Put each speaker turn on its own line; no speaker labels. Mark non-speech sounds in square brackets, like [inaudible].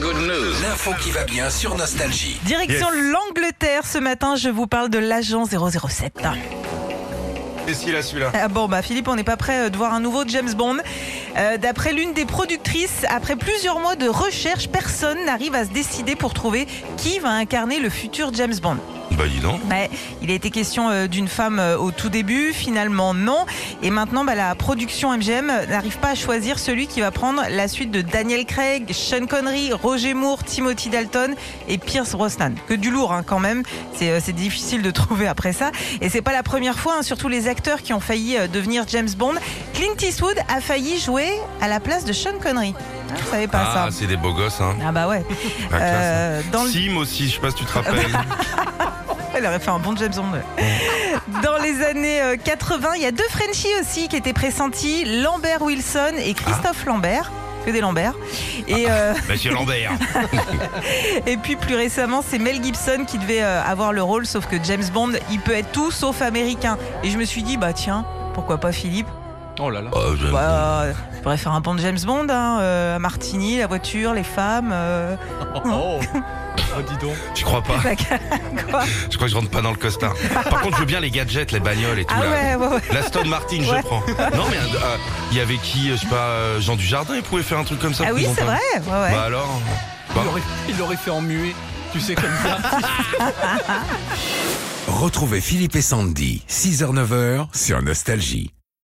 Good news. L'info qui va bien sur Nostalgie.
Direction l'Angleterre ce matin, je vous parle de l'agent 007.
Et si là, celui-là
Ah bon, bah Philippe, on n'est pas prêt euh, de voir un nouveau James Bond. Euh, D'après l'une des productrices, après plusieurs mois de recherche, personne n'arrive à se décider pour trouver qui va incarner le futur James Bond.
Bah dis donc.
Ouais, il a été question euh, d'une femme euh, au tout début, finalement non. Et maintenant, bah, la production MGM n'arrive pas à choisir celui qui va prendre la suite de Daniel Craig, Sean Connery, Roger Moore, Timothy Dalton et Pierce Brosnan. Que du lourd hein, quand même, c'est euh, c'est difficile de [laughs] trouver après ça. Et c'est pas la première fois, hein, surtout les acteurs qui ont failli euh, devenir James Bond. Clint Eastwood a failli jouer à la place de Sean Connery. Hein, vous savez pas
Ah,
ça
c'est des beaux gosses, hein.
Ah bah
[laughs]
ouais.
La classe,
Euh,
hein.
dans le-
Sim aussi, je sais pas si tu te
[laughs]
rappelles.
Elle aurait fait un bon James Bond. Dans les années euh, 80, il y a deux Frenchies aussi qui étaient pressentis, Lambert Wilson et
Ah.
Christophe Lambert. Que des Lambert. Et, euh,
Monsieur Lambert.
et puis plus récemment, c'est Mel Gibson qui devait euh, avoir le rôle, sauf que James Bond, il peut être tout sauf américain. Et je me suis dit, bah tiens, pourquoi pas Philippe
Oh, je-
bah, Je pourrais faire un bon James Bond, hein, euh, à Martini, la voiture, les femmes.
[laughs]
euh,
Je crois pas.
la- quoi.
Je crois que je rentre pas dans le costard. Par contre, je veux bien les gadgets, les bagnoles et tout.
Ah
là.
ouais, ouais, ouais.
L'Aston Martin,
Ouais.
je prends. Non, mais euh, il y avait qui euh, Je sais pas, euh, Jean Dujardin, il pouvait faire un truc comme ça.
Ah
depuis
oui, c'est
longtemps.
vrai. ouais, ouais.
Bah alors
Il aurait, il aurait fait en muet, tu sais, comme ça.
Retrouvez Philippe et Sandy, 6h-9h sur Nostalgie.